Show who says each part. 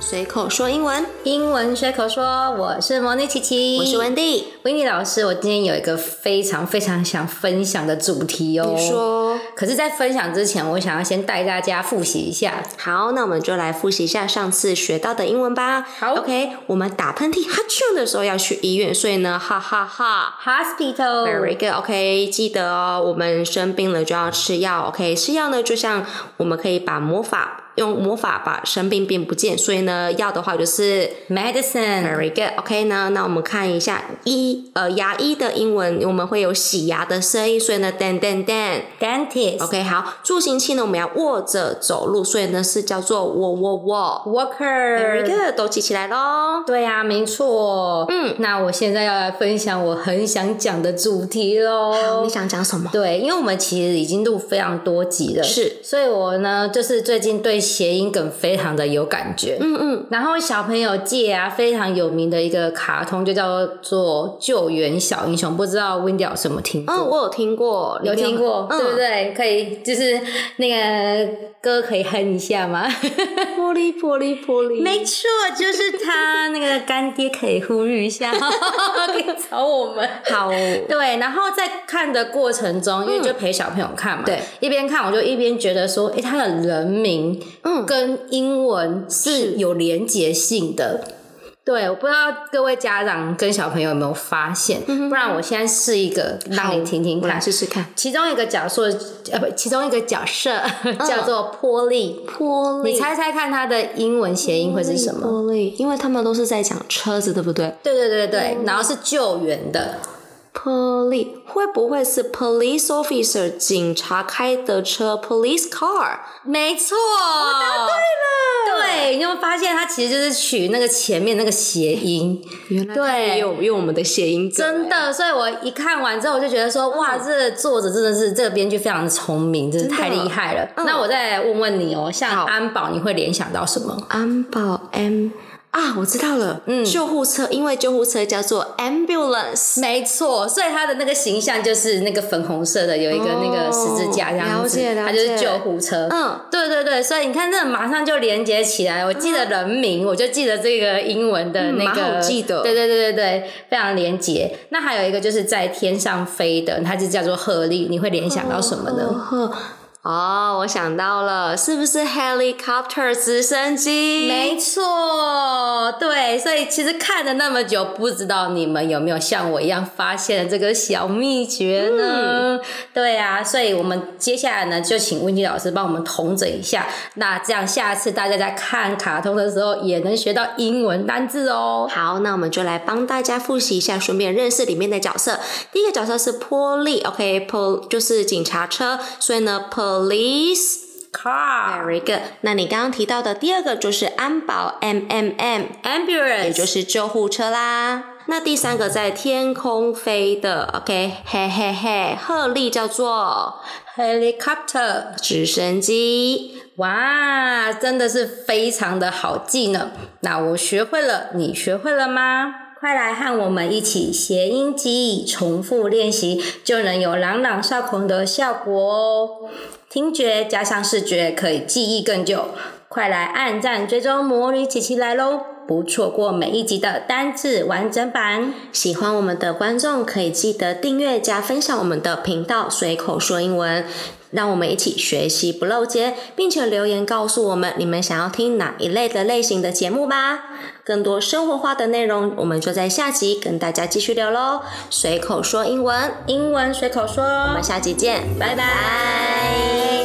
Speaker 1: 随口说英文，
Speaker 2: 英文随口说，我是魔女琪琪，
Speaker 1: 我是温蒂。
Speaker 2: 维尼老师，我今天有一个非常非常想分享的主题哦。
Speaker 1: 你说
Speaker 2: 可是，在分享之前，我想要先带大家复习一下。
Speaker 1: 好，那我们就来复习一下上次学到的英文吧。
Speaker 2: 好
Speaker 1: OK，我们打喷嚏哈啾的时候要去医院，所以呢，哈哈哈。
Speaker 2: Hospital
Speaker 1: Very good. OK，记得哦，我们生病了就要吃药。OK，吃药呢，就像我们可以把魔法用魔法把生病变不见，所以呢，药的话就是
Speaker 2: Medicine
Speaker 1: very good。OK 呢，那我们看一下医呃牙医的英文，我们会有洗牙的声音，所以呢，dan dan dan。
Speaker 2: Dentist
Speaker 1: OK，好，助行器呢，我们要握着走路，所以呢是叫做握握握。Very
Speaker 2: Worker。
Speaker 1: good，都记起来喽。
Speaker 2: 对呀、啊，没错。
Speaker 1: 嗯，
Speaker 2: 那我现在要来分享我很想讲的主题
Speaker 1: 好，
Speaker 2: 喽
Speaker 1: 你。想讲什么？
Speaker 2: 对，因为我们其实已经录非常多集了，
Speaker 1: 是，
Speaker 2: 所以我呢，就是最近对谐音梗非常的有感觉。
Speaker 1: 嗯嗯，
Speaker 2: 然后小朋友界啊，非常有名的一个卡通就叫做《救援小英雄》，不知道 Wendy 有什么听过？
Speaker 1: 嗯，我有听过，
Speaker 2: 哦有听过，
Speaker 1: 嗯
Speaker 2: 对不对？可以，就是那个歌可以哼一下吗？
Speaker 1: 玻璃玻璃玻璃，
Speaker 2: 没错，就是他那个干爹可以呼吁一下， 可以找我们。
Speaker 1: 好，
Speaker 2: 对，然后在看的过程中，因为就陪小朋友看嘛，
Speaker 1: 对，
Speaker 2: 一边看我就一边觉得说，诶，他的人名
Speaker 1: 嗯，
Speaker 2: 跟英文是有连结性的。对，我不知道各位家长跟小朋友有没有发现，不然我现在试一个让你听听
Speaker 1: 我来
Speaker 2: 看。
Speaker 1: 试试看。
Speaker 2: 其中一个角色，呃，不，其中一个角色叫做波利，
Speaker 1: 玻
Speaker 2: 你猜猜看它的英文谐音会是什么？
Speaker 1: 玻璃，因为他们都是在讲车子，对不对？
Speaker 2: 对对对对，然后是救援的，
Speaker 1: Police 会不会是 police officer 警察开的车 police car？
Speaker 2: 没错，对了，对，你有没有发现它其实就是取那个前面那个谐音？
Speaker 1: 原来
Speaker 2: 对
Speaker 1: 他们也有用我们的谐音梗
Speaker 2: 真的，所以我一看完之后，我就觉得说，哇，这个作者真的是这个编剧非常的聪明，真是
Speaker 1: 嗯真的
Speaker 2: 太厉害了。
Speaker 1: 嗯
Speaker 2: 那我再来问问你哦，
Speaker 1: 好
Speaker 2: 像安保，你会联想到什么？
Speaker 1: 安保 M 啊，我知道了，
Speaker 2: 嗯
Speaker 1: 救护车，因为救护车叫做 ambulance，
Speaker 2: 没错，所以他的那个形象就是那个粉红色的，有一个
Speaker 1: 哦
Speaker 2: 那个十字架这样
Speaker 1: 了
Speaker 2: 子，
Speaker 1: 解了解
Speaker 2: 它就是救护车。
Speaker 1: 嗯，
Speaker 2: 对对对，所以你看，这马上就连接起来。我记得人名，我就记得这个英文的
Speaker 1: 嗯
Speaker 2: 那
Speaker 1: 蛮
Speaker 2: 个，
Speaker 1: 好记的
Speaker 2: 对对对对对，非常连接。那还有一个就是在天上飞的，它就叫做鹤立，你会联想到什么呢？
Speaker 1: 呵呵哦，我想到了，是不是 helicopter 直升机？
Speaker 2: 没错，对，所以其实看了那么久，不知道你们有没有像我一样发现了这个小秘诀呢？对啊，所以我们接下来呢，就请温迪老师帮我们统整一下，那这样下次大家在看卡通的时候，也能学到英文单字哦。
Speaker 1: 好，那我们就来帮大家复习一下，顺便认识里面的角色。第一个角色是 police，OK，pol、就是警察车，所以呢，police。
Speaker 2: Car,
Speaker 1: Very good。那你刚刚提到的第二个就是安保 M M M，也
Speaker 2: ambulance,
Speaker 1: 就是救护车啦。那第三个在天空飞的，OK，嘿嘿嘿，鹤立叫做
Speaker 2: helicopter，
Speaker 1: 直升机。
Speaker 2: 哇，真的是非常的好记呢。那我学会了，你学会了吗？快来和我们一起谐音记忆，重复练习，就能有朗朗上口的效果哦。听觉加上视觉，可以记忆更久。快来按赞追踪魔女琪琪来喽，不错过每一集的单字完整版。
Speaker 1: 喜欢我们的观众可以记得订阅加分享我们的频道，随口说英文。让我们一起学习不漏接，并且留言告诉我们你们想要听哪一类的类型的节目吧。更多生活化的内容，我们就在下集跟大家继续聊喽。随口说英文，
Speaker 2: 英文随口说，我
Speaker 1: 我们下集见，
Speaker 2: 拜拜